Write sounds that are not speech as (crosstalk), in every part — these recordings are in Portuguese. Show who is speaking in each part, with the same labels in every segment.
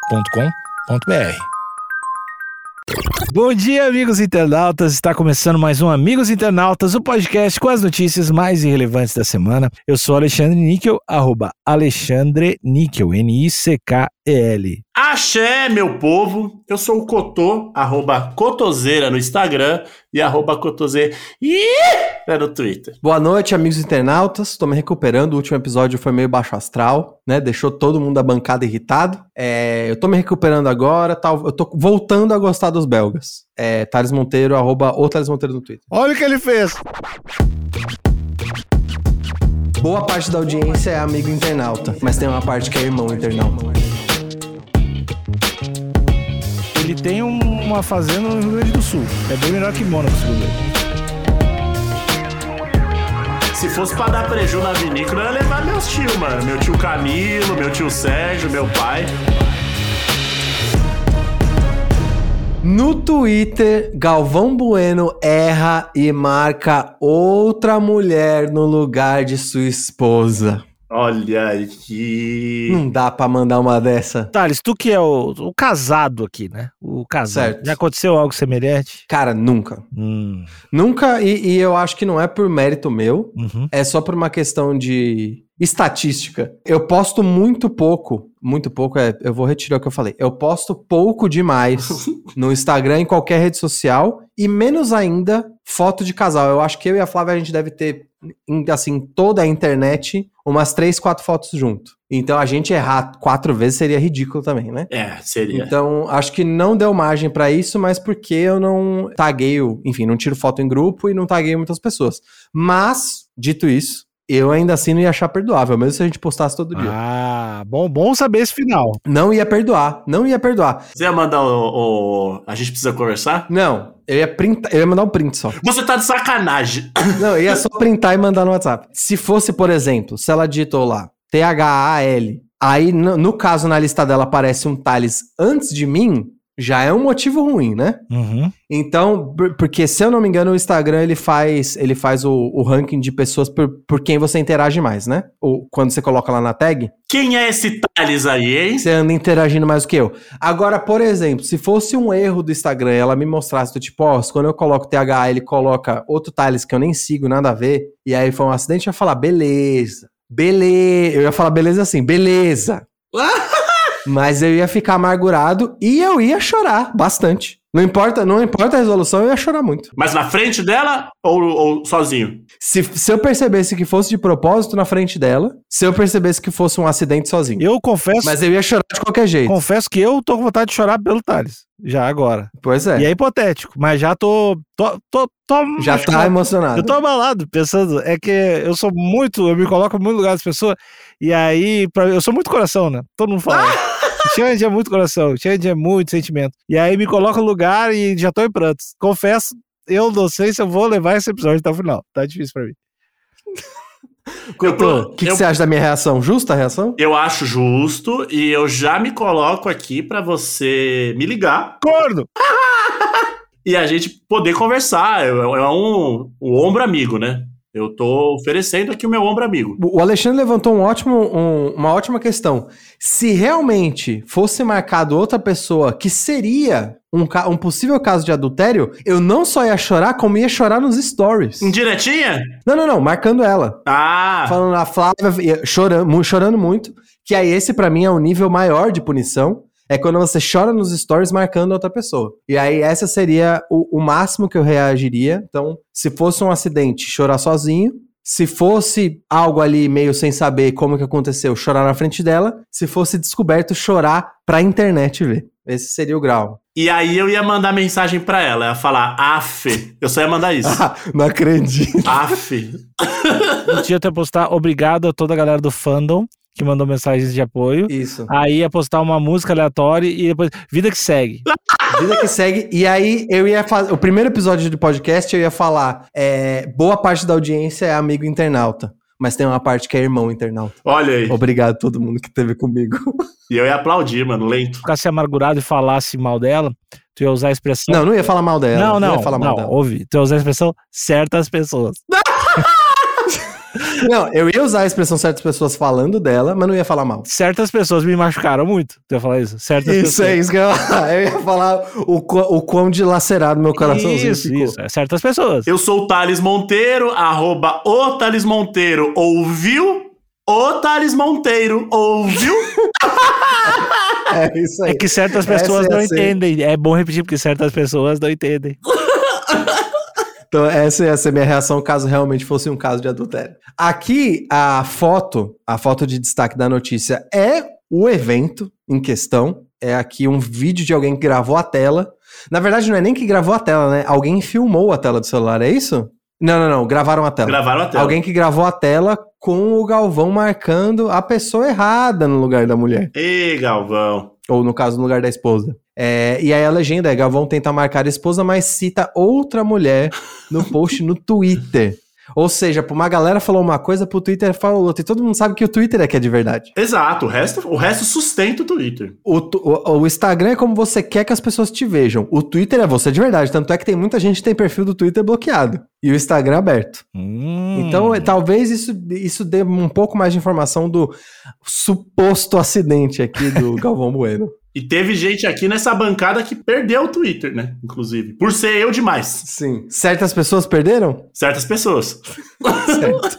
Speaker 1: agenciadepodcast.com.br.
Speaker 2: Bom dia, amigos internautas. Está começando mais um Amigos Internautas, o podcast com as notícias mais irrelevantes da semana. Eu sou Alexandre Níquel, arroba Alexandre Níquel, N-I-C-K-E-L.
Speaker 3: Axé, meu povo! Eu sou o Cotô, arroba Cotoseira no Instagram e arroba Cotoseira Ih! É no Twitter.
Speaker 4: Boa noite, amigos internautas. Tô me recuperando. O último episódio foi meio baixo astral, né? Deixou todo mundo da bancada irritado. É, eu tô me recuperando agora. Tal, eu tô voltando a gostar dos belgas. É, Thales Monteiro, arroba o Thales Monteiro no Twitter.
Speaker 5: Olha o que ele fez.
Speaker 4: Boa parte da audiência é amigo internauta, mas tem uma parte que é irmão internauta.
Speaker 2: Ele tem um- uma fazenda no Rio Grande do Sul. É bem melhor que Mônaco, segundo ele.
Speaker 3: Se fosse pra dar preju na vinícola, eu ia levar meus tios, mano. Meu tio Camilo, meu tio Sérgio, meu pai.
Speaker 4: No Twitter, Galvão Bueno erra e marca outra mulher no lugar de sua esposa.
Speaker 3: Olha aqui.
Speaker 4: Não dá pra mandar uma dessa.
Speaker 2: Thales, tu que é o, o casado aqui, né? O casado.
Speaker 4: Certo.
Speaker 2: Já aconteceu algo semelhante?
Speaker 4: Cara, nunca.
Speaker 2: Hum.
Speaker 4: Nunca, e, e eu acho que não é por mérito meu,
Speaker 2: Uhum.
Speaker 4: é só por uma questão de estatística. Eu posto muito pouco, muito pouco, é, eu vou retirar o que eu falei. Eu posto pouco demais no Instagram, em qualquer rede social, e menos ainda foto de casal. Eu acho que eu e a Flávia a gente deve ter, em- assim, em toda a internet, umas três, quatro fotos junto. Então a gente errar quatro vezes seria ridículo também, né?
Speaker 3: É, seria.
Speaker 4: Então, acho que não deu margem pra isso, mas porque eu não tagueio, enfim, não tiro foto em grupo e não tagueio muitas pessoas. Mas, dito isso, eu ainda assim não ia achar perdoável, mesmo se a gente postasse todo dia.
Speaker 2: Ah, bom, bom saber esse final.
Speaker 4: Não ia perdoar, não ia perdoar.
Speaker 3: Você ia mandar o, o- A gente precisa conversar?
Speaker 4: Não, eu ia printar, eu ia mandar um print só.
Speaker 3: Você tá de sacanagem.
Speaker 4: Não, eu ia só printar e mandar no WhatsApp. Se fosse, por exemplo, se ela digitou lá T-H-A-L, aí no, no caso na lista dela aparece um Thales antes de mim, já é um motivo ruim, né?
Speaker 2: Uhum.
Speaker 4: Então, por- porque se eu não me engano, o Instagram ele faz, ele faz o, o ranking de pessoas por, por quem você interage mais, né? Ou quando você coloca lá na tag,
Speaker 3: Quem é esse Thales aí, hein?
Speaker 4: você anda interagindo mais do que eu. Agora, por exemplo, se fosse um erro do Instagram e ela me mostrasse, do tipo, ó, quando eu coloco TH, ele coloca outro Thales que eu nem sigo, nada a ver, e aí foi um acidente, eu ia falar, beleza, beleza. Eu ia falar, beleza assim, beleza. Mas eu ia ficar amargurado e eu ia chorar bastante. Não importa, não importa a resolução, eu ia chorar muito.
Speaker 3: Mas na frente dela ou, ou sozinho?
Speaker 4: Se, se eu percebesse que fosse de propósito na frente dela, se eu percebesse que fosse um acidente sozinho.
Speaker 2: Eu confesso,
Speaker 4: Mas eu ia chorar de qualquer jeito.
Speaker 2: confesso que eu tô com vontade de chorar pelo Thales. Já agora.
Speaker 4: Pois é.
Speaker 2: E é hipotético, mas já tô. tô, tô, tô-
Speaker 4: já
Speaker 2: acho
Speaker 4: tá
Speaker 2: que-
Speaker 4: emocionado.
Speaker 2: Eu tô abalado, pensando. É que eu sou muito. Eu me coloco muito no lugar das pessoas. E aí, pra, eu sou muito coração, né? Todo mundo
Speaker 4: (laughs)
Speaker 2: fala. O Xande é muito coração. O Xande é muito sentimento. E aí me coloca no lugar e já tô em prantos. Confesso, eu não sei se eu vou levar esse episódio até o final. Tá difícil pra mim.
Speaker 3: Eu
Speaker 4: Cotô,
Speaker 3: tô-
Speaker 4: o que, que
Speaker 3: eu-
Speaker 4: você acha da minha reação? Justa a reação?
Speaker 3: Eu acho justo e eu já me coloco aqui pra você me ligar
Speaker 2: Corno!
Speaker 3: e a gente poder conversar. É é um, um ombro amigo, né? Eu tô oferecendo aqui o meu ombro amigo.
Speaker 4: O o Alexandre levantou um ótimo, um- uma ótima questão. Se realmente fosse marcado outra pessoa que seria um, ca- um possível caso de adultério, eu não só ia chorar, como ia chorar nos stories.
Speaker 3: Indiretinha?
Speaker 4: Não, não, não, marcando ela.
Speaker 3: Ah,
Speaker 4: (laughs) falando na Flávia, chorando, chorando muito, que aí esse pra mim é um nível maior de punição, é quando você chora nos stories marcando outra pessoa. E aí essa seria o, o máximo que eu reagiria. Então, se fosse um acidente, chorar sozinho. Se fosse algo ali meio sem saber como que aconteceu, chorar na frente dela. Se fosse descoberto, chorar pra internet ver. Esse seria o grau. (laughs)
Speaker 3: e aí eu ia mandar mensagem pra ela, ia falar af. Eu só ia mandar isso.
Speaker 4: (laughs) Ah, não acredito.
Speaker 3: af.
Speaker 2: Podia até postar obrigado a toda a galera do fandom que mandou mensagens de apoio.
Speaker 4: Isso.
Speaker 2: Aí ia postar uma música aleatória e depois. Vida que segue.
Speaker 4: Vida que segue. E aí, eu ia fazer. O primeiro episódio do podcast, eu ia falar: é, boa parte da audiência é amigo internauta. Mas tem uma parte que é irmão internauta.
Speaker 3: Olha aí.
Speaker 4: Obrigado a todo mundo que teve comigo. (laughs)
Speaker 3: E eu ia aplaudir, mano, lento.
Speaker 2: Ficasse amargurado e falasse mal dela, tu ia usar a expressão.
Speaker 4: Não, não ia falar mal dela.
Speaker 2: não, não,
Speaker 4: ia falar mal
Speaker 2: não,
Speaker 4: dela.
Speaker 2: ouve. Tu ia usar a expressão certas pessoas.
Speaker 4: Não, eu ia usar a expressão certas pessoas falando dela, mas não ia falar mal.
Speaker 2: Certas pessoas me machucaram muito. Eu ia falar isso. Certas
Speaker 4: Isso,
Speaker 2: pessoas.
Speaker 4: é isso que eu ia falar. (laughs) Eu ia falar o, qu- o quão dilacerado meu coraçãozinho
Speaker 2: Isso,
Speaker 4: ficou.
Speaker 2: isso. É certas pessoas.
Speaker 3: Eu sou o Thales Monteiro, arroba o Thales Monteiro, ouviu? O Thales Monteiro, ouviu?
Speaker 4: É isso aí.
Speaker 2: É que certas
Speaker 4: Essa assim.
Speaker 2: pessoas
Speaker 4: ia
Speaker 2: não
Speaker 4: ser.
Speaker 2: entendem. É bom repetir, porque certas pessoas não entendem.
Speaker 4: Então, essa ia ser minha reação caso realmente fosse um caso de adultério. Aqui, a foto, a foto de destaque da notícia é o evento em questão. É aqui um vídeo de alguém que gravou a tela. Na verdade, não é nem que gravou a tela, né? Alguém filmou a tela do celular, é isso? Não, não, não. Gravaram a tela.
Speaker 3: Gravaram a tela.
Speaker 4: Tá. Alguém que gravou a tela com o Galvão marcando a pessoa errada no lugar da mulher.
Speaker 3: Ei, Galvão.
Speaker 4: Ou, no caso, no lugar da esposa. É, e aí a legenda é: Galvão tenta marcar a esposa, mas cita outra mulher no post no Twitter. Ou seja, pra uma galera falou uma coisa, pro Twitter falou outra. E todo mundo sabe que o Twitter é que é de verdade.
Speaker 3: Exato, o resto, o resto sustenta o Twitter.
Speaker 4: O, tu- o- o Instagram é como você quer que as pessoas te vejam. O Twitter é você de verdade. Tanto é que tem muita gente que tem perfil do Twitter bloqueado. E o Instagram aberto.
Speaker 2: Hum.
Speaker 4: Então, eh, talvez isso, isso dê um pouco mais de informação do suposto acidente aqui do Galvão Bueno.
Speaker 3: E teve gente aqui nessa bancada que perdeu o Twitter, né? Inclusive. Por ser eu demais.
Speaker 4: Sim. Certas pessoas perderam?
Speaker 3: Certas pessoas. (laughs)
Speaker 4: Certo.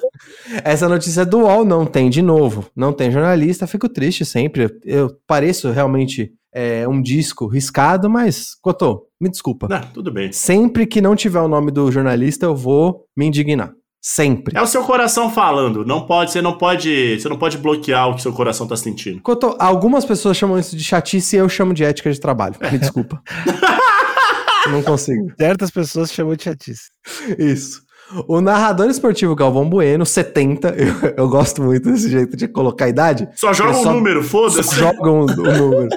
Speaker 4: Essa notícia do UOL não tem de novo. Não tem jornalista, fico triste sempre. Eu pareço realmente eh, um disco riscado, mas, Cotô, me desculpa.
Speaker 3: Ah, tudo bem.
Speaker 4: Sempre que não tiver o nome do jornalista, eu vou me indignar. Sempre.
Speaker 3: É o seu coração falando. Não pode, você não pode, você não pode bloquear o que seu coração tá sentindo.
Speaker 4: Cotô, algumas pessoas chamam isso de chatice e eu chamo de ética de trabalho. Me desculpa. não consigo.
Speaker 2: Certas pessoas chamam de chatice.
Speaker 4: Isso. O narrador esportivo Galvão Bueno, 70, (laughs) eu, eu gosto muito desse jeito de colocar a idade.
Speaker 3: Só joga
Speaker 4: Eu
Speaker 3: um
Speaker 4: só-
Speaker 3: número, foda-se.
Speaker 4: Jogam o, o número.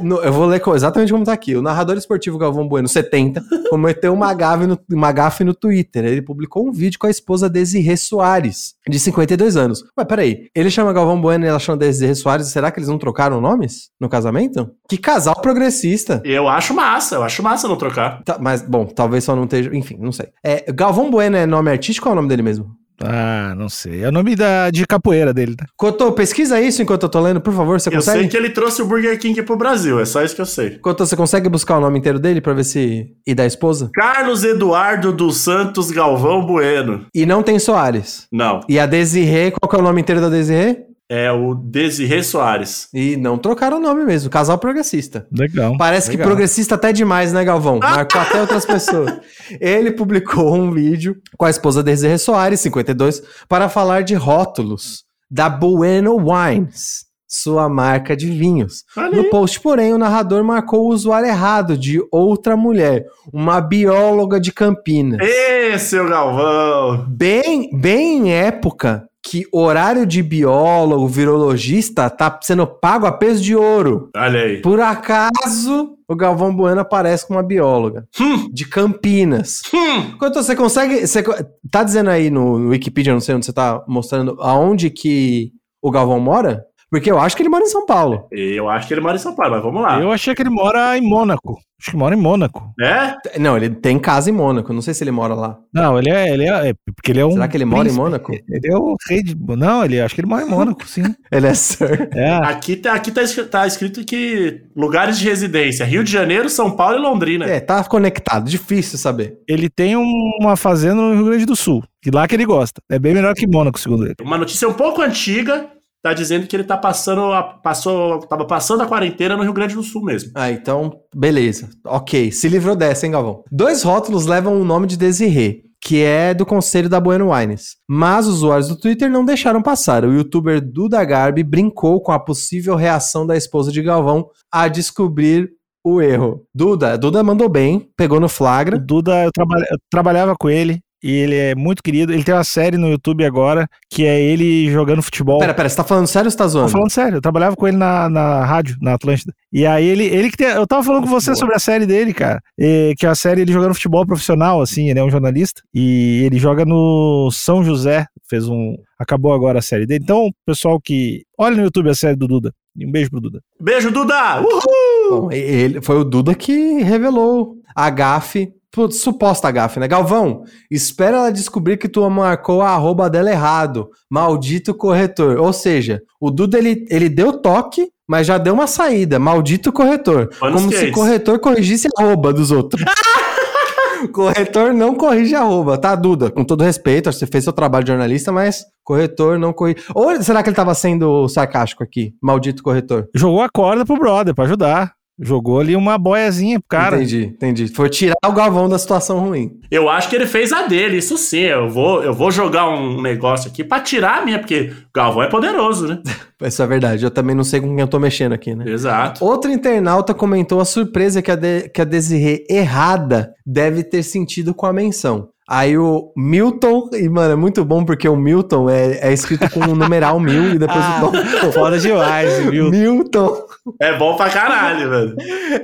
Speaker 4: No- eu vou ler co- exatamente como tá aqui. O narrador esportivo Galvão Bueno, 70, cometeu uma gafe, no, uma gafe no Twitter. Ele publicou um vídeo com a esposa Desirê Soares, de 52 anos. Ué, peraí. Ele chama Galvão Bueno e ela chama Desirê Soares. Será que eles não trocaram nomes no casamento? Que casal progressista.
Speaker 3: Eu acho massa, eu acho massa não trocar.
Speaker 4: Tá, mas, bom, talvez só não esteja. Enfim, não sei. É, Galvão Bueno é nome artístico ou é o nome dele mesmo?
Speaker 2: Ah, não sei. É o nome da, de capoeira dele, tá?
Speaker 4: Cotô, pesquisa isso enquanto eu tô lendo, por favor, você
Speaker 3: Eu sei
Speaker 4: consegue?
Speaker 3: que ele trouxe o Burger King pro Brasil, é só isso que eu sei.
Speaker 4: Cotô, você consegue buscar o nome inteiro dele pra ver se... E da esposa?
Speaker 3: Carlos Eduardo dos Santos Galvão Bueno.
Speaker 4: E não tem Soares.
Speaker 3: Não,
Speaker 4: E a Desirê, qual que é o nome inteiro da Desirê?
Speaker 3: é o Desirê Soares.
Speaker 4: E não trocaram o nome mesmo, casal progressista.
Speaker 2: Legal.
Speaker 4: Parece que
Speaker 2: Legal.
Speaker 4: progressista até demais, né, Galvão? Marcou até outras pessoas. Ele publicou um vídeo com a esposa Desirê Soares, 52, para falar de rótulos da Bueno Wines, sua marca de vinhos.
Speaker 3: Olha
Speaker 4: No
Speaker 3: aí.
Speaker 4: post, porém, o narrador marcou o usuário errado de outra mulher, uma bióloga de Campinas.
Speaker 3: Ê, seu Galvão!
Speaker 4: Bem, bem em época que horário de biólogo, virologista, tá sendo pago a peso de ouro.
Speaker 3: Olha aí.
Speaker 4: Por acaso, o Galvão Bueno aparece com uma bióloga
Speaker 3: Hum.
Speaker 4: de Campinas.
Speaker 3: Hum.
Speaker 4: Enquanto você consegue. Você, co- tá dizendo aí no, no Wikipedia, não sei onde você tá mostrando aonde que o Galvão mora? Porque eu acho que ele mora em São Paulo.
Speaker 3: Eu acho que ele mora em São Paulo, mas vamos lá.
Speaker 2: Eu achei que ele mora em Mônaco. Acho que mora em Mônaco.
Speaker 3: É?
Speaker 4: Não, ele tem casa em Mônaco. Não sei se ele mora lá.
Speaker 2: Não, ele é. Ele é, é porque ele é um
Speaker 4: Será que ele mora em
Speaker 2: príncipe.
Speaker 4: Mônaco?
Speaker 2: Ele é o rei de. Não, ele acho que ele mora em Mônaco, sim.
Speaker 4: (laughs) Ele é Sir.
Speaker 2: É.
Speaker 3: Aqui, tá, aqui tá, escrito, tá escrito que lugares de residência: Rio de Janeiro, São Paulo e Londrina.
Speaker 4: É, tá conectado, difícil saber.
Speaker 2: Ele tem um- uma fazenda no Rio Grande do Sul. E lá que ele gosta. É bem melhor que Mônaco, segundo ele.
Speaker 3: Uma notícia um pouco antiga tá dizendo que ele tá passando a, passou, tava passando a quarentena no Rio Grande do Sul mesmo.
Speaker 4: Ah, então, beleza. Ok, se livrou dessa, hein, Galvão? Dois rótulos levam o nome de Desirê, que é do conselho da Bueno Wines. Mas usuários do Twitter não deixaram passar. O youtuber Duda Garbi brincou com a possível reação da esposa de Galvão a descobrir o erro. Duda, Duda mandou bem, pegou no
Speaker 2: O
Speaker 4: flagra.
Speaker 2: Duda, eu, traba- eu trabalhava com ele. E ele é muito querido. Ele tem uma série no YouTube agora, que é ele jogando futebol.
Speaker 4: Pera, pera, você tá falando sério ou você tá
Speaker 2: Tô
Speaker 4: zoando?
Speaker 2: falando sério, eu trabalhava com ele na, na rádio, na Atlântida. E aí ele, ele que tem, eu tava falando com você
Speaker 4: Boa.
Speaker 2: sobre a série dele, cara. E, que é a série ele jogando futebol profissional, assim, ele é um jornalista. E ele joga no São José, fez um. Acabou agora a série dele. Então, pessoal que. Olha no YouTube a série do Duda. E um beijo pro Duda.
Speaker 3: Beijo, Duda! Uhul!
Speaker 4: Bom, e- ele, foi o Duda que revelou a gafe. Putz, suposta gafe, né? Galvão, espera ela descobrir que tu marcou a arroba dela errado. Maldito corretor. Ou seja, o Duda ele, ele deu toque, mas já deu uma saída. Maldito corretor.
Speaker 3: Panos
Speaker 4: Como
Speaker 3: que é
Speaker 4: se
Speaker 3: isso.
Speaker 4: corretor corrigisse a arroba dos outros. corretor não corrige a arroba, tá, Duda? Com todo respeito, acho que você fez seu trabalho de jornalista, mas corretor não corrige. Ou será que ele tava sendo sarcástico aqui? Maldito corretor.
Speaker 2: Jogou a corda pro brother pra ajudar. Jogou ali uma boiazinha pro cara.
Speaker 4: Entendi, entendi. Foi tirar o Galvão da situação ruim.
Speaker 3: Eu acho que ele fez a dele, isso sim. Eu vou, eu vou jogar um negócio aqui pra tirar a minha, porque o Galvão é poderoso,
Speaker 4: (laughs)
Speaker 3: né?
Speaker 4: Isso é verdade. Eu também não sei com quem eu tô mexendo aqui, né?
Speaker 3: Exato.
Speaker 4: Outro internauta comentou a surpresa que a, de, que a Desirê errada deve ter sentido com a menção. Aí o Milton, e mano, é muito bom porque o Milton é, é escrito com o numeral mil e depois
Speaker 2: (laughs) Ah,
Speaker 4: o nome.
Speaker 2: Foda
Speaker 4: (laughs)
Speaker 2: demais, (laughs) viu?
Speaker 4: Milton,
Speaker 3: É bom pra caralho, velho.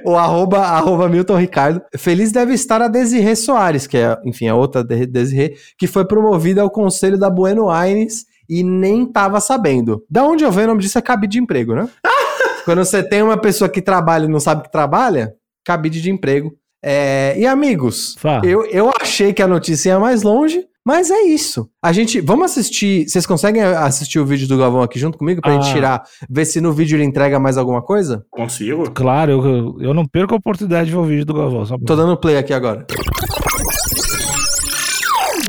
Speaker 4: o arroba, arroba Milton Ricardo. Feliz deve estar a Desirê Soares, que é, enfim, a outra de- Desirê, que foi promovida ao conselho da Bueno Aires e nem tava sabendo. Da onde eu venho, o nome disso é cabide de emprego, né? Quando você tem uma pessoa que trabalha e não sabe que trabalha, cabide de emprego. É, e amigos,
Speaker 2: Fala.
Speaker 4: eu, eu achei que a notícia ia mais longe, mas é isso. A gente, vamos assistir, vocês conseguem assistir o vídeo do Galvão aqui junto comigo pra gente
Speaker 2: Ah.
Speaker 4: tirar, ver se no vídeo ele entrega mais alguma coisa?
Speaker 3: Consigo?
Speaker 2: Claro, eu, eu não perco a oportunidade de ver o vídeo do Galvão. Só...
Speaker 4: Tô dando play aqui agora.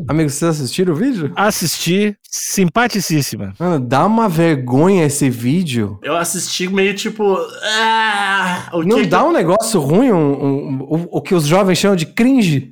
Speaker 4: Amigos, vocês assistiram o vídeo?
Speaker 2: Assisti, simpaticíssima.
Speaker 4: Mano, dá uma vergonha esse vídeo.
Speaker 3: Eu assisti meio tipo. Ah, o
Speaker 4: Não
Speaker 3: que
Speaker 4: dá
Speaker 3: que-
Speaker 4: um negócio ruim, um- um- o, o que os jovens chamam de cringe?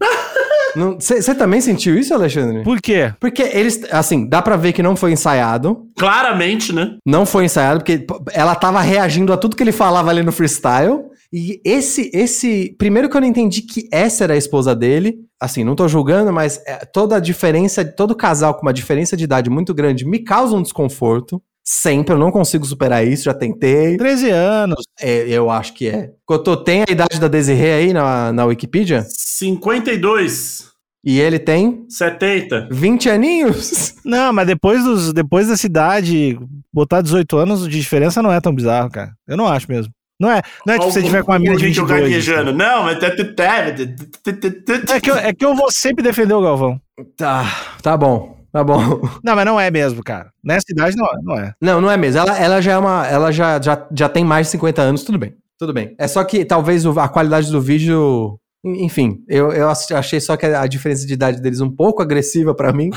Speaker 4: Você também sentiu isso, Alexandre?
Speaker 2: Por quê?
Speaker 4: Porque eles, assim, dá pra ver que não foi ensaiado.
Speaker 3: Claramente, né?
Speaker 4: Não foi ensaiado, porque pô, ela tava reagindo a tudo que ele falava ali no freestyle. E esse, esse. Primeiro que eu não entendi que essa era a esposa dele. Assim, não tô julgando, mas é, toda a diferença, todo casal com uma diferença de idade muito grande me causa um desconforto. Sempre, eu não consigo superar isso, já tentei.
Speaker 2: 13 anos.
Speaker 4: É, eu acho que é. Cotô, tem a idade da Desirê aí na, na Wikipedia?
Speaker 3: 52,
Speaker 4: E ele tem
Speaker 3: 70.
Speaker 4: 20 aninhos? (laughs)
Speaker 2: Não, mas depois, dos, depois da cidade, botar 18 anos de diferença não é tão bizarro, cara. Eu não acho mesmo. Não é, não é tipo
Speaker 3: Olha
Speaker 2: você
Speaker 3: o-
Speaker 2: tiver com uma
Speaker 3: o
Speaker 2: mina de
Speaker 3: vídeo
Speaker 2: 22.
Speaker 3: gaguejando. Não, mas. tá- tá- tá- tá- tá-
Speaker 2: então. É que, eu, é que eu vou sempre defender o Galvão.
Speaker 4: Tá, tá bom, tá bom.
Speaker 2: Não, mas não é mesmo, cara. Nessa idade não é. Não é.
Speaker 4: Não, não é mesmo. Ela, ela já é uma. Ela já, já, já tem mais de 50 anos, tudo bem. Tudo bem. É só que talvez o- a qualidade do vídeo. en- Enfim, eu, eu ass- achei só que a diferença de idade deles um pouco agressiva pra (laughs) mim,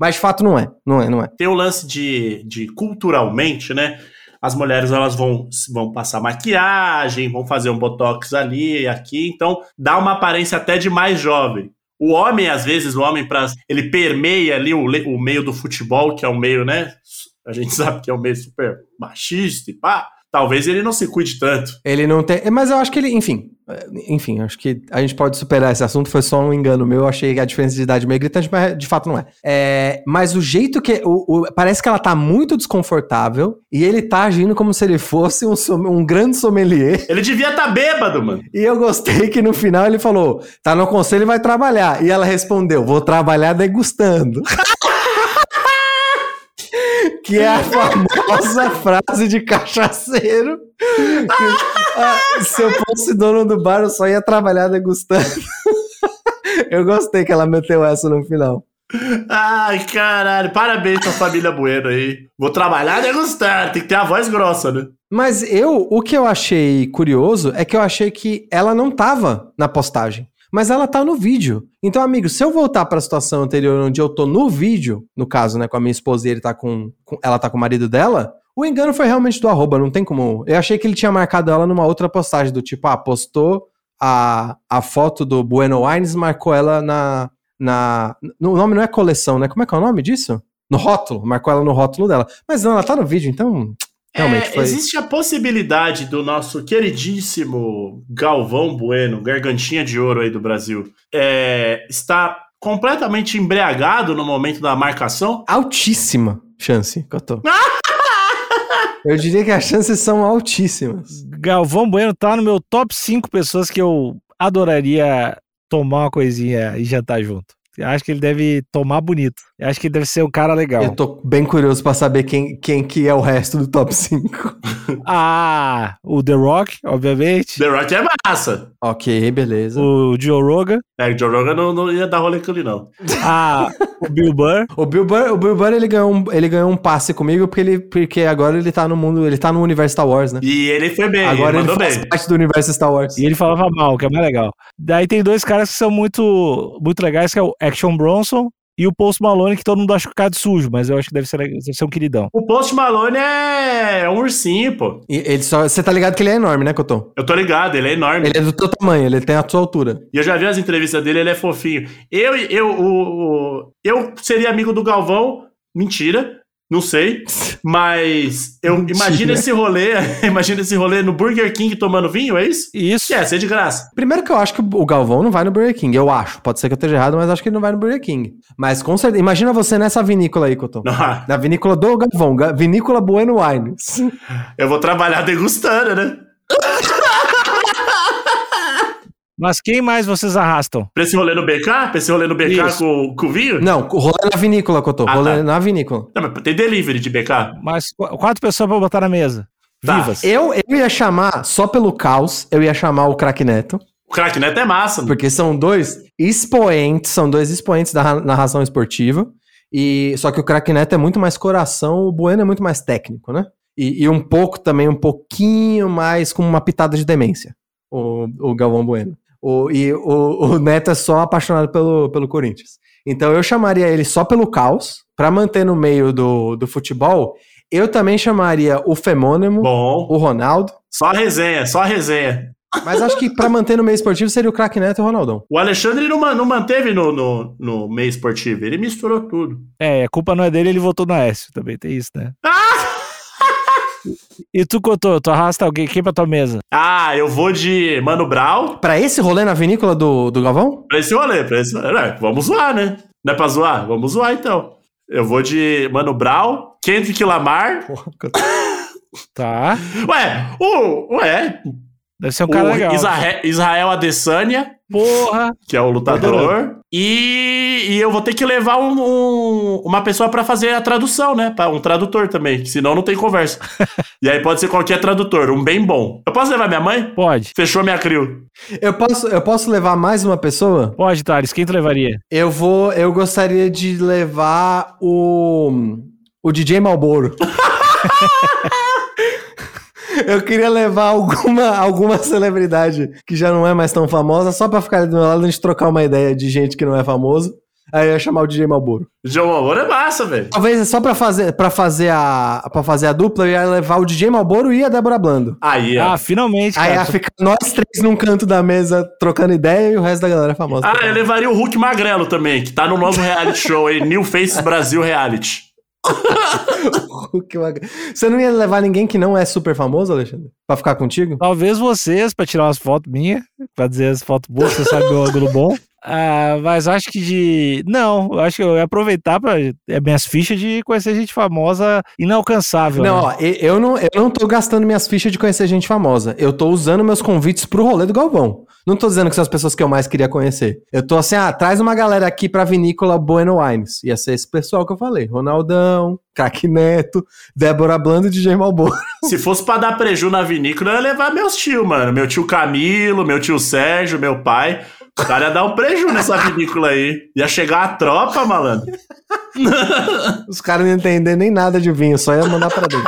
Speaker 4: mas de fato não é. Não é, não é.
Speaker 3: tem o lance de, de culturalmente, né? As mulheres elas vão, vão passar maquiagem, vão fazer um botox ali e aqui, então dá uma aparência até de mais jovem. O homem, às vezes, o homem, pra, ele permeia ali o, le- o meio do futebol, que é um meio, né? A gente (laughs) sabe que é um meio super machista e pá. Talvez ele não se cuide tanto.
Speaker 4: Ele não tem. é, Mas eu acho que ele. Enfim. é, Enfim, acho que a gente pode superar esse assunto. Foi só um engano meu. Eu achei a diferença de idade meio gritante, mas de fato não é. É, mas o jeito que. o- o- parece que ela tá muito desconfortável e ele tá agindo como se ele fosse um, som- um grande sommelier.
Speaker 3: Ele devia estar bêbado, mano.
Speaker 4: E eu gostei que no final ele falou: tá no conselho e vai trabalhar. E ela respondeu: vou trabalhar degustando. (laughs) que é a famosa frase de cachaceiro. que, ah, se eu fosse dono do bar, eu só ia trabalhar degustando. (laughs) eu gostei que ela meteu essa no final.
Speaker 3: Ai, caralho. Parabéns pra família Bueno aí. Vou trabalhar degustando. Tem que ter a voz grossa, né?
Speaker 4: Mas eu, o que eu achei curioso é que eu achei que ela não tava na postagem, mas ela tá no vídeo. Então, amigo, se eu voltar pra situação anterior onde eu tô no vídeo, no caso, né, com a minha esposa e ele tá com, com- ela tá com o marido dela, o engano foi realmente do arroba, não tem como. Eu achei que ele tinha marcado ela numa outra postagem do tipo, ah, postou a, a foto do Bueno Wines, marcou ela na na no- o nome não é coleção, né? Como é que é o nome disso? No rótulo, marcou ela no rótulo dela. Mas não, ela tá no vídeo, então realmente
Speaker 3: É,
Speaker 4: foi
Speaker 3: Existe a possibilidade do nosso queridíssimo Galvão Bueno, gargantinha de ouro aí do Brasil, é, estar completamente embriagado no momento da marcação?
Speaker 4: altíssima chance que eu tô. eu diria que as chances são altíssimas.
Speaker 2: Galvão Bueno tá no meu top 5 pessoas que eu adoraria tomar uma coisinha e jantar junto. Eu acho que ele deve tomar bonito. Eu acho que ele deve ser um cara legal.
Speaker 3: (laughs)
Speaker 4: Eu tô bem curioso pra saber quem, quem que é o resto do top 5.
Speaker 2: Ah, o The Rock, obviamente.
Speaker 3: The Rock é massa.
Speaker 4: ok, beleza.
Speaker 2: O Joe Rogan.
Speaker 3: É, o Joe Rogan não, não ia dar rolê com ele, não.
Speaker 2: Ah, o Bill Burr.
Speaker 4: O Bill Burr, o Bill Burr ele, ganhou um, ele ganhou um passe comigo porque, ele, porque agora ele tá no mundo, ele tá no universo Star Wars, né?
Speaker 3: E ele foi bem,
Speaker 4: agora
Speaker 3: ele
Speaker 4: ele
Speaker 3: mandou
Speaker 4: faz
Speaker 3: bem.
Speaker 4: parte do universo Star Wars.
Speaker 2: E ele falava mal, que é mais legal. Daí tem dois caras que são muito, muito legais, que é o Action Bronson e o Post Malone, que todo mundo acha que é um cara de sujo, mas eu acho que deve ser, deve ser um queridão.
Speaker 3: O Post Malone é um ursinho, pô.
Speaker 4: E ele só, você tá ligado que ele é enorme, né, Coton?
Speaker 3: Eu tô ligado, ele é enorme.
Speaker 4: Ele é do teu tamanho, ele tem a tua altura.
Speaker 3: E eu já vi as entrevistas dele, ele é fofinho. Eu, eu, o, o- eu seria amigo do Galvão, mentira, não
Speaker 4: (laughs)
Speaker 3: sei. Mas eu
Speaker 4: Mentira.
Speaker 3: imagina esse rolê, (laughs) imagina esse rolê no Burger King tomando vinho, é isso?
Speaker 2: E isso,
Speaker 3: Que é, ser de graça. (laughs)
Speaker 4: Primeiro que eu acho que o Galvão não vai no Burger King, eu acho. Pode ser que eu esteja errado, mas acho que ele não vai no Burger King. Mas com certeza, imagina você nessa vinícola aí, Coton.
Speaker 3: Não,
Speaker 4: Na vinícola do Galvão, ga- vinícola Bueno Wines.
Speaker 3: (laughs) eu vou trabalhar degustando, né?
Speaker 2: mas quem mais vocês arrastam?
Speaker 3: Pra esse rolê no BK? Pra esse rolê no BK
Speaker 2: Isso.
Speaker 3: com, com vinho?
Speaker 4: Não, rolê na vinícola, Cotô.
Speaker 3: Ah,
Speaker 4: rolê
Speaker 3: tá.
Speaker 4: na vinícola.
Speaker 3: Não, mas tem delivery de BK.
Speaker 2: Mas qu- quatro pessoas pra botar na mesa.
Speaker 3: Tá.
Speaker 2: Vivas.
Speaker 4: Eu, eu ia chamar, só pelo caos, eu ia chamar o Crack Neto,
Speaker 3: O craque neto é massa.
Speaker 4: porque são dois expoentes, são dois expoentes da ra- narração esportiva. E só que o Crack Neto é muito mais coração, o Bueno é muito mais técnico, né? E, e um pouco também, um pouquinho mais com uma pitada de demência, o, o Galvão Bueno. O, e o, o Neto é só apaixonado pelo, pelo Corinthians. Então eu chamaria ele só pelo caos, pra manter no meio do, do futebol. Eu também chamaria o Femônimo,
Speaker 3: Bom,
Speaker 4: o Ronaldo.
Speaker 3: só a resenha, só a resenha.
Speaker 4: Mas acho que pra manter no meio esportivo seria o craque Neto e o Ronaldão.
Speaker 3: O Alexandre não, ma- não manteve no, no, no meio esportivo, ele misturou tudo.
Speaker 2: É, a culpa não é dele, ele votou no Aécio também, tem isso, né? (laughs) E tu, Cotô, tu arrasta alguém, quem pra tua mesa?
Speaker 3: Ah, eu vou de Mano Brown
Speaker 4: Pra esse rolê na vinícola do, do Galvão?
Speaker 3: pra esse rolê, pra esse rolê. Não, vamos zoar, né? Não é pra zoar? Vamos zoar, então. Eu vou de Mano Brown, Kendrick Lamar.
Speaker 2: Tá,
Speaker 3: Ué, o, ué,
Speaker 2: deve ser um cara
Speaker 3: o
Speaker 2: legal.
Speaker 3: Isra- Israel Adesanya,
Speaker 2: Porra,
Speaker 3: que é o lutador. E, e eu vou ter que levar um- um- uma pessoa pra fazer a tradução, né? Pra, um tradutor também, que senão não
Speaker 2: (laughs)
Speaker 3: tem conversa. e aí pode ser qualquer tradutor, um bem bom. Eu posso levar minha mãe?
Speaker 2: pode.
Speaker 3: Fechou minha crew.
Speaker 4: Eu posso, eu posso levar mais uma pessoa?
Speaker 2: Pode, Thales, quem tu levaria?
Speaker 4: Eu vou. Eu gostaria de levar o. O DJ Malboro. (laughs) eu queria levar alguma, alguma celebridade que já não é mais tão famosa, só pra ficar ali do meu lado e a gente trocar uma ideia de gente que não é famoso. Aí eu ia chamar o DJ Malboro.
Speaker 3: João Malboro é massa, velho.
Speaker 4: Talvez só pra fazer, pra fazer a para fazer a dupla, eu ia levar o DJ Malboro e a Débora Blando.
Speaker 3: Aí, ó.
Speaker 2: Ah, finalmente,
Speaker 4: Aí
Speaker 2: cara.
Speaker 4: ia ficar nós três num canto da mesa trocando ideia e o resto da galera famosa. Tá
Speaker 3: Ah, eu levaria o Hulk Magrelo também, que tá no novo reality show aí, New Faces Brasil Reality.
Speaker 4: O que eu ag- Você não ia levar ninguém que não é super famoso, Alexandre? Pra ficar contigo?
Speaker 2: Talvez vocês, pra tirar umas fotos minhas, pra dizer as fotos boas, você sabe meu ângulo bom. (laughs) Ah, mas acho que de. Não, eu acho que eu ia aproveitar pra. É minhas fichas de conhecer gente famosa inalcançável.
Speaker 4: Não,
Speaker 2: né?
Speaker 4: ó, e- eu não, eu não tô gastando minhas fichas de conhecer gente famosa. Eu tô usando meus convites pro rolê do Galvão. Não tô dizendo que são as pessoas que eu mais queria conhecer. Eu tô assim, ah, traz uma galera aqui pra vinícola Bueno Wines. Ia ser esse pessoal que eu falei. Ronaldão, Craque Neto, Débora Blando e DJ Malboro.
Speaker 3: Se fosse pra dar preju na vinícola, eu ia levar meus tios, mano. Meu tio Camilo, meu tio Sérgio, meu pai. O cara ia dar um preju nessa vinícola aí. Ia chegar a tropa, malandro.
Speaker 4: Os caras não entendem nem nada de vinho, só ia mandar pra dentro.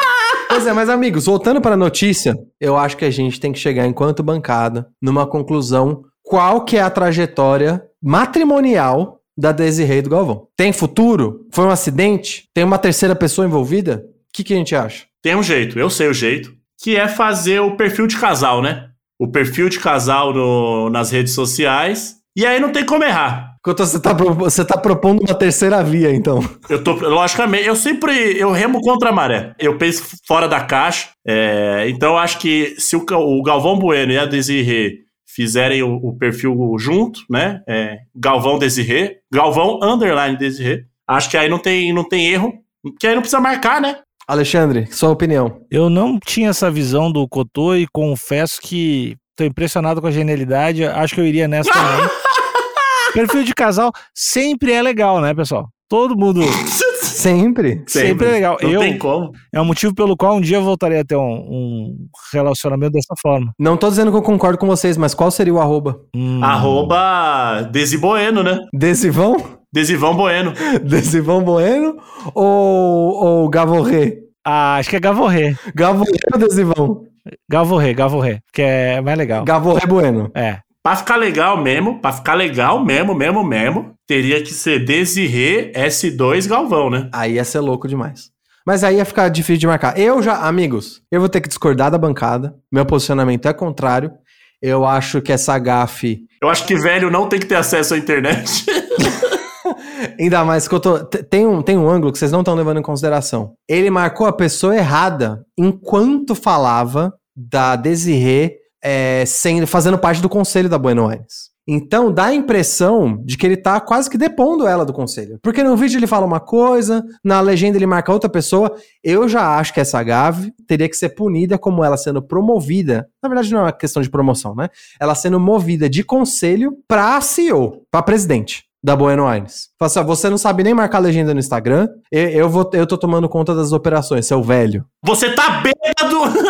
Speaker 4: Pois é, mas amigos, voltando pra notícia, eu acho que a gente tem que chegar, enquanto bancada, numa conclusão. Qual que é a trajetória matrimonial da Desirê do Galvão? Tem futuro? Foi um acidente? Tem uma terceira pessoa envolvida? O que, que a gente acha?
Speaker 3: Tem um jeito, eu sei o jeito. Que é fazer o perfil de casal, né? O perfil de casal no- nas redes sociais. E aí não tem como errar.
Speaker 4: Enquanto você tá, pro- você tá propondo uma terceira via, então.
Speaker 3: Eu tô, logicamente, eu sempre eu remo contra a maré. Eu penso fora da caixa. É, então eu acho que se o, Ca- o Galvão Bueno e a Desirê fizerem o, o perfil junto, né? é, Galvão Desirê, Galvão underline Desirê, acho que aí não tem, não tem erro, porque aí não precisa marcar, né?
Speaker 4: Alexandre, sua opinião.
Speaker 2: Eu não tinha essa visão do Cotô e (laughs) confesso que tô impressionado com a genialidade. Acho que eu iria nessa também. Perfil de casal sempre é legal, né, pessoal? Todo mundo (laughs)
Speaker 4: Sempre.
Speaker 2: sempre, é legal.
Speaker 3: Não
Speaker 2: eu
Speaker 3: tem como.
Speaker 2: é um motivo pelo qual um dia eu voltaria a ter um, um relacionamento dessa forma.
Speaker 4: Não tô dizendo que eu concordo com vocês, mas qual seria o arroba?
Speaker 2: Hum.
Speaker 3: Arroba Desiboeno, né?
Speaker 4: Desivão?
Speaker 3: Desivão Bueno.
Speaker 4: (laughs) Desivão Bueno ou, ou Gavorré?
Speaker 2: Ah, acho que é Gavorré.
Speaker 4: Gavorré ou Desivão?
Speaker 2: Gavorré, Gavorré, que é mais legal.
Speaker 4: Gavorré Bueno.
Speaker 2: É.
Speaker 3: Pra ficar legal mesmo, pra ficar legal mesmo, mesmo, mesmo, teria que ser Desirê S2 Galvão, né?
Speaker 4: Aí ia ser louco demais. Mas aí ia ficar difícil de marcar. Eu já, amigos, eu vou ter que discordar da bancada. Meu posicionamento é contrário. Eu acho que essa gafe.
Speaker 3: Eu acho que velho não tem que ter acesso à internet. (laughs)
Speaker 4: Ainda mais que eu tô. te- Tem um, tem um ângulo que vocês não estão levando em consideração. Ele marcou a pessoa errada enquanto falava da Desirê é, sendo, fazendo parte do conselho da Buenos Aires. Então dá a impressão de que ele tá quase que depondo ela do conselho. Porque no vídeo ele fala uma coisa, na legenda ele marca outra pessoa. Eu já acho que essa Gavi teria que ser punida como ela sendo promovida. Na verdade, não é uma questão de promoção, né? Ela sendo movida de conselho pra CEO, pra presidente da Buenos Aires. Fala assim, ó, você não sabe nem marcar legenda no Instagram, eu, eu, vou, eu tô tomando conta das operações, seu velho. (laughs)
Speaker 3: Você tá bêbado!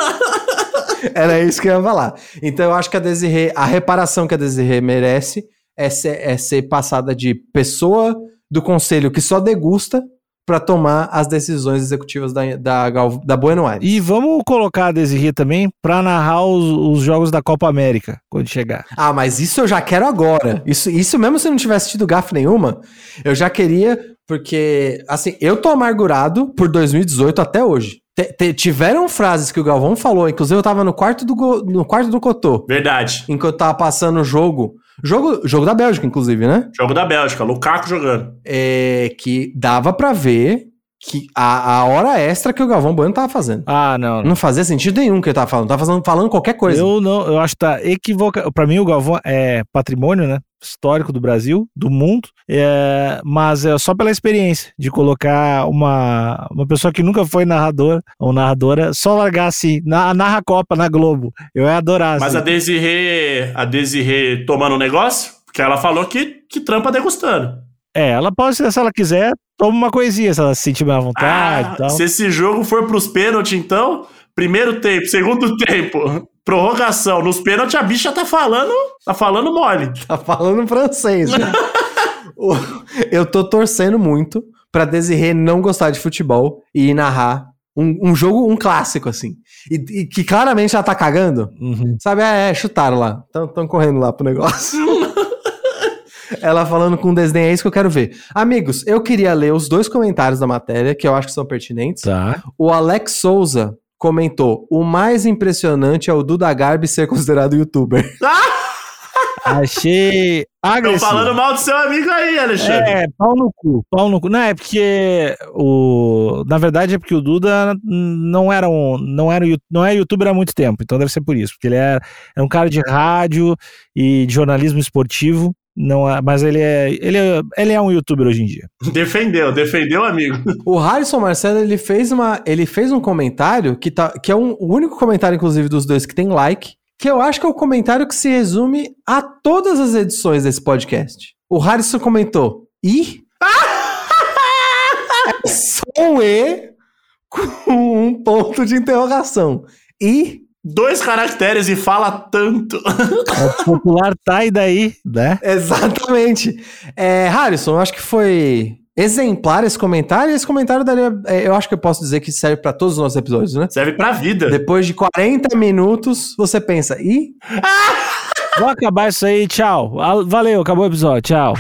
Speaker 4: Era isso que eu ia falar. Então eu acho que a Desirê, a reparação que a Desirê merece é ser, é ser passada de pessoa do conselho que só degusta pra tomar as decisões executivas da, da, Gal- da Buenos Aires.
Speaker 2: E vamos colocar a Desirri também pra narrar os, os jogos da Copa América quando chegar.
Speaker 4: Ah, mas isso eu já quero agora. Isso, isso mesmo se eu não tivesse tido gafe nenhuma, eu já queria, porque, assim, eu tô amargurado por 2018 até hoje. Te- te- tiveram frases que o Galvão falou, inclusive eu tava no quarto do, go- no quarto do Cotô,
Speaker 3: Verdade.
Speaker 4: enquanto eu tava passando o jogo. Jogo, jogo da Bélgica, inclusive, né?
Speaker 3: Jogo da Bélgica, Lukaku jogando.
Speaker 4: É, que dava pra ver que a, a hora extra que o Galvão Bueno tava fazendo.
Speaker 2: Ah, não. não.
Speaker 4: Não fazia sentido nenhum o que ele tava falando. Tava fazendo- falando qualquer
Speaker 3: é.
Speaker 4: coisa.
Speaker 2: Eu não, eu acho que tá equivocado. Pra mim, o Galvão é patrimônio, né? Histórico do Brasil, do mundo. É, mas é só pela experiência de colocar uma, uma pessoa que nunca foi narrador ou narradora, só largar assim, na, narra a Copa na Globo. Eu ia adorar.
Speaker 3: Mas
Speaker 2: assim.
Speaker 3: a Desirê, a Desirê tomando um negócio, porque ela falou que, que trampa degustando.
Speaker 2: É, ela pode, se ela quiser, toma uma coisinha, se ela se sentir bem à vontade e
Speaker 3: Ah,
Speaker 2: tal.
Speaker 3: se esse jogo for pros pênaltis, então, primeiro tempo, segundo (laughs) tempo, prorrogação, nos pênaltis a bicha tá falando, tá falando mole.
Speaker 4: Tá falando francês, né? O- Eu tô torcendo muito pra Desirê não gostar de futebol e ir narrar um, um jogo, um clássico, assim. E, e que claramente ela tá cagando.
Speaker 2: Uhum.
Speaker 4: Sabe, é, é, chutaram lá. Tão, tão correndo lá pro negócio. Ela falando com desdém, é isso que eu quero ver. Amigos, eu queria ler os dois comentários da matéria, que eu acho que são pertinentes.
Speaker 2: Tá.
Speaker 4: O Alex Souza comentou: o mais impressionante é o Duda Garbi ser considerado youtuber.
Speaker 2: Achei
Speaker 3: Estão
Speaker 2: agressivo.
Speaker 3: falando mal do seu amigo aí, Alexandre.
Speaker 2: É, pau no cu, pau no cu. Não, é porque o. Na verdade, é porque o Duda não era um. Não, era, um yu- não é youtuber há muito tempo, então deve ser por isso. Porque ele é, é um cara de rádio e de jornalismo esportivo. Não é, mas ele é, ele é. Ele é um youtuber hoje em dia.
Speaker 3: Defendeu, defendeu, amigo.
Speaker 4: O Harrison Marcelo, ele fez, uma, ele fez um comentário que, tá, que é um, o único comentário, inclusive, dos dois que tem like, que eu acho que é o comentário que se resume a todas as edições desse podcast. O Harrison comentou, e? é só um E com um ponto de interrogação. E?
Speaker 3: Dois caracteres e fala tanto.
Speaker 2: É o popular tá e daí, né?
Speaker 4: Exatamente. É, Harrison, eu acho que foi exemplar esse comentário, e esse comentário daria, é, eu acho que eu posso dizer que serve pra todos os nossos episódios, né?
Speaker 3: Serve pra vida.
Speaker 4: Depois de 40 minutos, você pensa, e
Speaker 2: Vou acabar isso aí, tchau. Ah, Valeu, acabou o episódio, tchau.